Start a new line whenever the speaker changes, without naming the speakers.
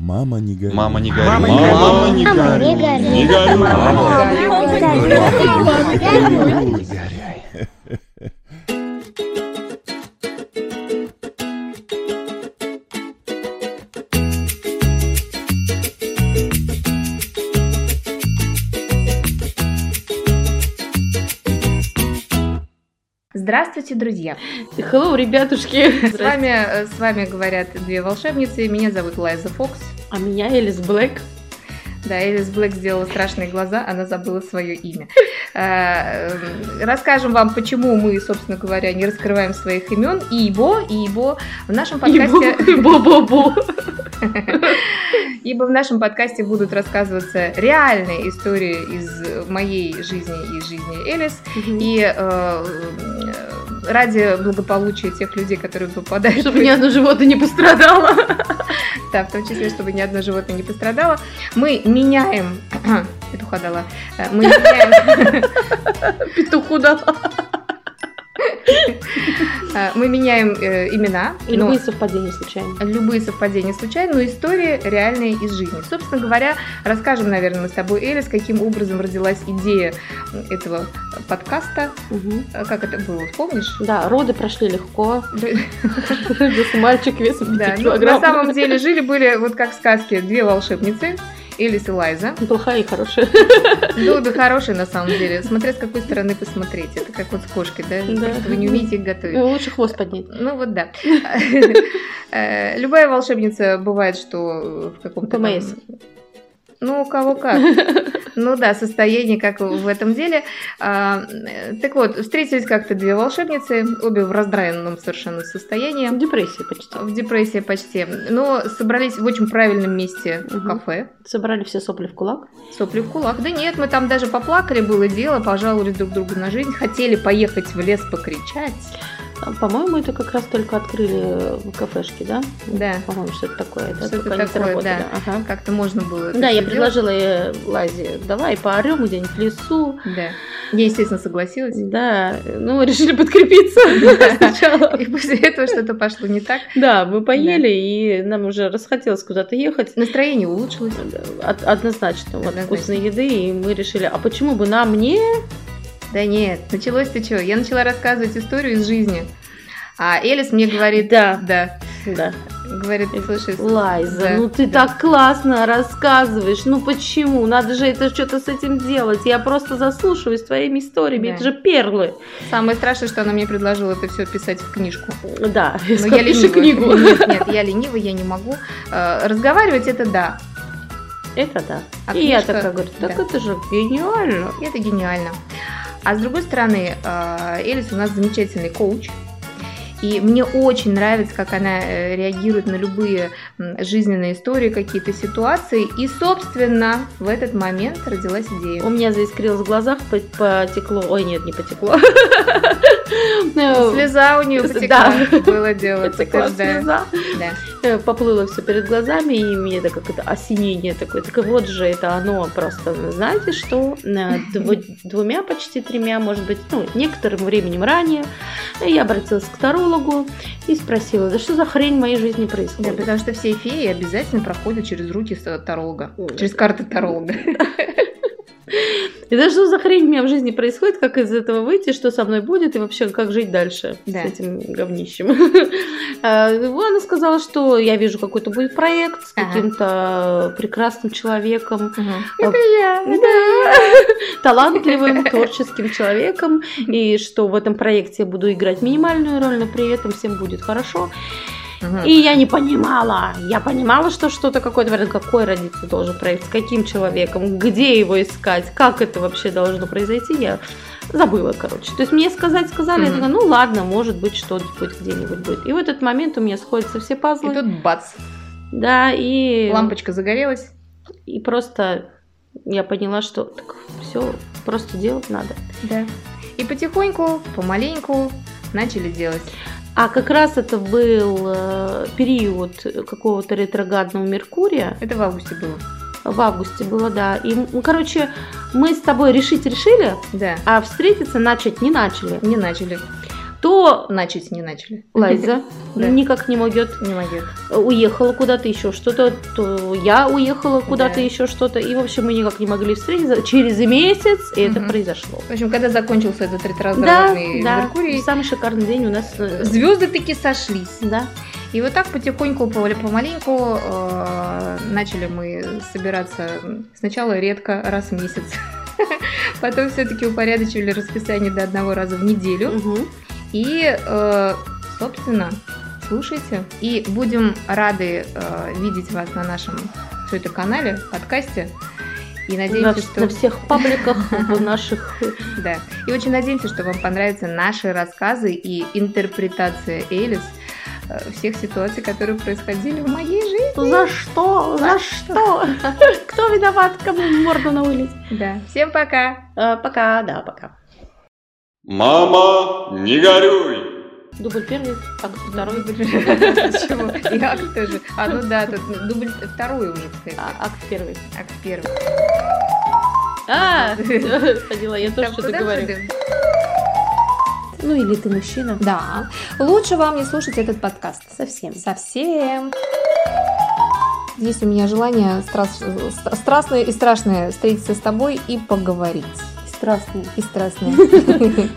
Мама не горюй.
Мама не горюй.
Мама
Мама
не
не
горюй.
горюй.
Мама
Не горюй. Мама.
Здравствуйте, друзья!
Hello, ребятушки!
С вами, э, с вами говорят две волшебницы. Меня зовут Лайза Фокс.
А меня Элис Блэк.
Да, Элис Блэк сделала страшные глаза, она забыла свое имя. Э, э, Расскажем вам, почему мы, собственно говоря, не раскрываем своих имен. Ибо, ибо в нашем подкасте...
Бо-бо-бо.
Ибо в нашем подкасте будут рассказываться реальные истории из моей жизни и жизни Элис. И э, э, ради благополучия тех людей, которые попадают в
Чтобы ни одно животное не пострадало.
Да, в том числе, чтобы ни одно животное не пострадало. Мы меняем... Петуха дала. Э, Мы меняем,
Петуху дала.
э, мы меняем э, имена.
И
но
любые совпадения случайно.
Любые совпадения случайны, но истории реальные из жизни. Собственно говоря, расскажем, наверное, мы с тобой, Элис, каким образом родилась идея этого подкаста.
Мгм.
Э, Как это было, помнишь?
Да, роды прошли легко. Родился мальчик весом
Да,
5
ну, на
килограмм.
самом деле жили-были, вот как в сказке, две волшебницы, Элис и Лайза.
Плохая и хорошая.
Ну, да хороший на самом деле. Смотря с какой стороны посмотреть. Это как вот с кошкой, да?
Да.
Просто Вы не умеете их готовить.
Ну, Лучше хвост поднять.
Ну вот да. Э, Любая волшебница бывает, что в каком-то... там-
ПМС.
Ну, у кого как. Ну да, состояние как в этом деле. А, э, Так вот, встретились как-то две волшебницы, обе в раздраенном совершенно состоянии.
Депрессия почти.
В депрессии почти. Но собрались в очень правильном месте в
Мгм.
кафе.
Собрали все сопли в кулак.
Сопли в кулак. Да нет, мы там даже поплакали, было дело, пожаловались друг другу на жизнь, хотели поехать в лес покричать.
А, По-моему, это как раз только открыли э, кафешки, да?
Да.
По-моему, что-то такое. Да,
Что-то
только они
такое,
сработали.
да.
Ага.
Как-то можно было. это
Да, я
всё
предложила э, Лазе, давай поорем где-нибудь в лесу.
делать. Да. Я, естественно, согласилась.
Да, ну решили подкрепиться сначала.
И после этого что-то пошло не так.
Да, мы поели, и нам уже расхотелось куда-то ехать.
Настроение улучшилось.
От- однозначно, вот
Однозначно.
вкусной еды, и мы решили, а почему бы нам не?
Да нет, началось ты что? Я начала рассказывать историю из жизни. А Элис мне говорит,
Да.
да,
Да.
говорит, слушай,
Лайза,
Да,
ну ты
да.
так классно рассказываешь, ну почему? Надо же это что-то с этим делать. Я просто заслушиваюсь твоими историями,
Да.
это же перлы.
самое страшное, что она мне предложила это все писать в книжку.
Да,
Но я
пиши
ленивая.
книгу.
Нет, нет, я ленива, я не могу. Э, Разговаривать это да,
Это да.
А
и я
книжка-
такая говорю, так
да.
это же гениально.
И Это гениально. А с другой стороны, э, Элис у нас замечательный коуч. И мне очень нравится, как она э, реагирует на любые м, жизненные истории, какие-то ситуации. И, собственно, в этот момент родилась идея.
У меня заискрилось в глазах, по- потекло. Ой, нет, не потекло.
Ну,
Э,
Слеза у нее
Да.
потекла. Было дело.
Потекла
подтверждаю.
слеза.
Да.
Э, Поплыло все перед глазами, и мне это как это осенение такое. Так вот же это оно просто, знаете что, э, дво- двумя, почти тремя, может быть, ну, некоторым временем ранее, э, я обратилась к тарологу и спросила, да что за хрень в моей жизни
Да,
происходит?
потому что все феи обязательно проходят через руки с- э, таролога, через карты таролога.
И да что за хрень у меня в жизни происходит, как из этого выйти, что со мной будет и вообще как жить дальше
Да.
с этим говнищем. А, ну, Она сказала, что я вижу какой-то будет проект с
Ага.
каким-то прекрасным человеком,
Это я.
да, талантливым, творческим человеком, и что в этом проекте я буду играть минимальную роль, но при этом всем будет хорошо.
Мгм.
И я не понимала. Я понимала, что что-то какое-то вариант, какой родиться должен проект, с каким человеком, где его искать, как это вообще должно произойти, я забыла, короче. То есть мне сказать сказали, я
Мгм.
такая, ну ладно, может быть, что-нибудь где-нибудь будет. И в этот момент у меня сходятся все
И
пазлы.
тут бац,
Да, и...
лампочка загорелась.
И просто я поняла, что все просто делать надо.
Да. И потихоньку, помаленьку начали делать.
А как раз это был э, период какого-то ретроградного Меркурия.
Это в августе было.
В августе было, да. И, м, короче, мы с тобой решить решили,
Да.
а встретиться начать не начали.
Не начали.
Кто
Начать не начали.
Лайза
Да.
никак не могет, э,
Не могет.
уехала куда-то еще что-то, то я уехала куда-то
Да.
еще что-то, и в общем мы никак не могли встретиться. Через месяц и это
Мгм.
произошло.
В общем, когда закончился этот
Да,
ретроградный
да,
Меркурий,
самый шикарный день у нас. э,
звезды таки сошлись.
Да.
И вот так потихоньку, повал- помаленьку э, начали мы собираться м, сначала редко, раз в месяц. Потом все-таки упорядочили расписание до одного раза в неделю.
Мгм.
И, э, собственно, слушайте. И будем рады э, видеть вас на нашем все это канале, подкасте. И
На,
надеемся,
вс-
что...
на всех пабликах, в наших э,
Да. И очень надеемся, что вам понравятся наши рассказы и интерпретация Элис э, всех ситуаций, которые происходили в моей жизни.
За что? За что? Кто виноват? Кому морду наулить?
Да. Всем пока!
Пока, да, пока.
Мама, не горюй!
Дубль первый, акт второй.
Дубль. Чего? И акт тоже. А, ну да, тут дубль второй уже, кстати.
А, акт первый.
Акт первый.
А, ходила, я тоже
Так,
что-то
куда же
говорю.
ты?
Ну или ты мужчина.
Да. Лучше вам не слушать этот подкаст.
Совсем.
Совсем. Есть у меня желание страс- стра- страстное и страшное встретиться с тобой и поговорить.
Страстный.
И страстное.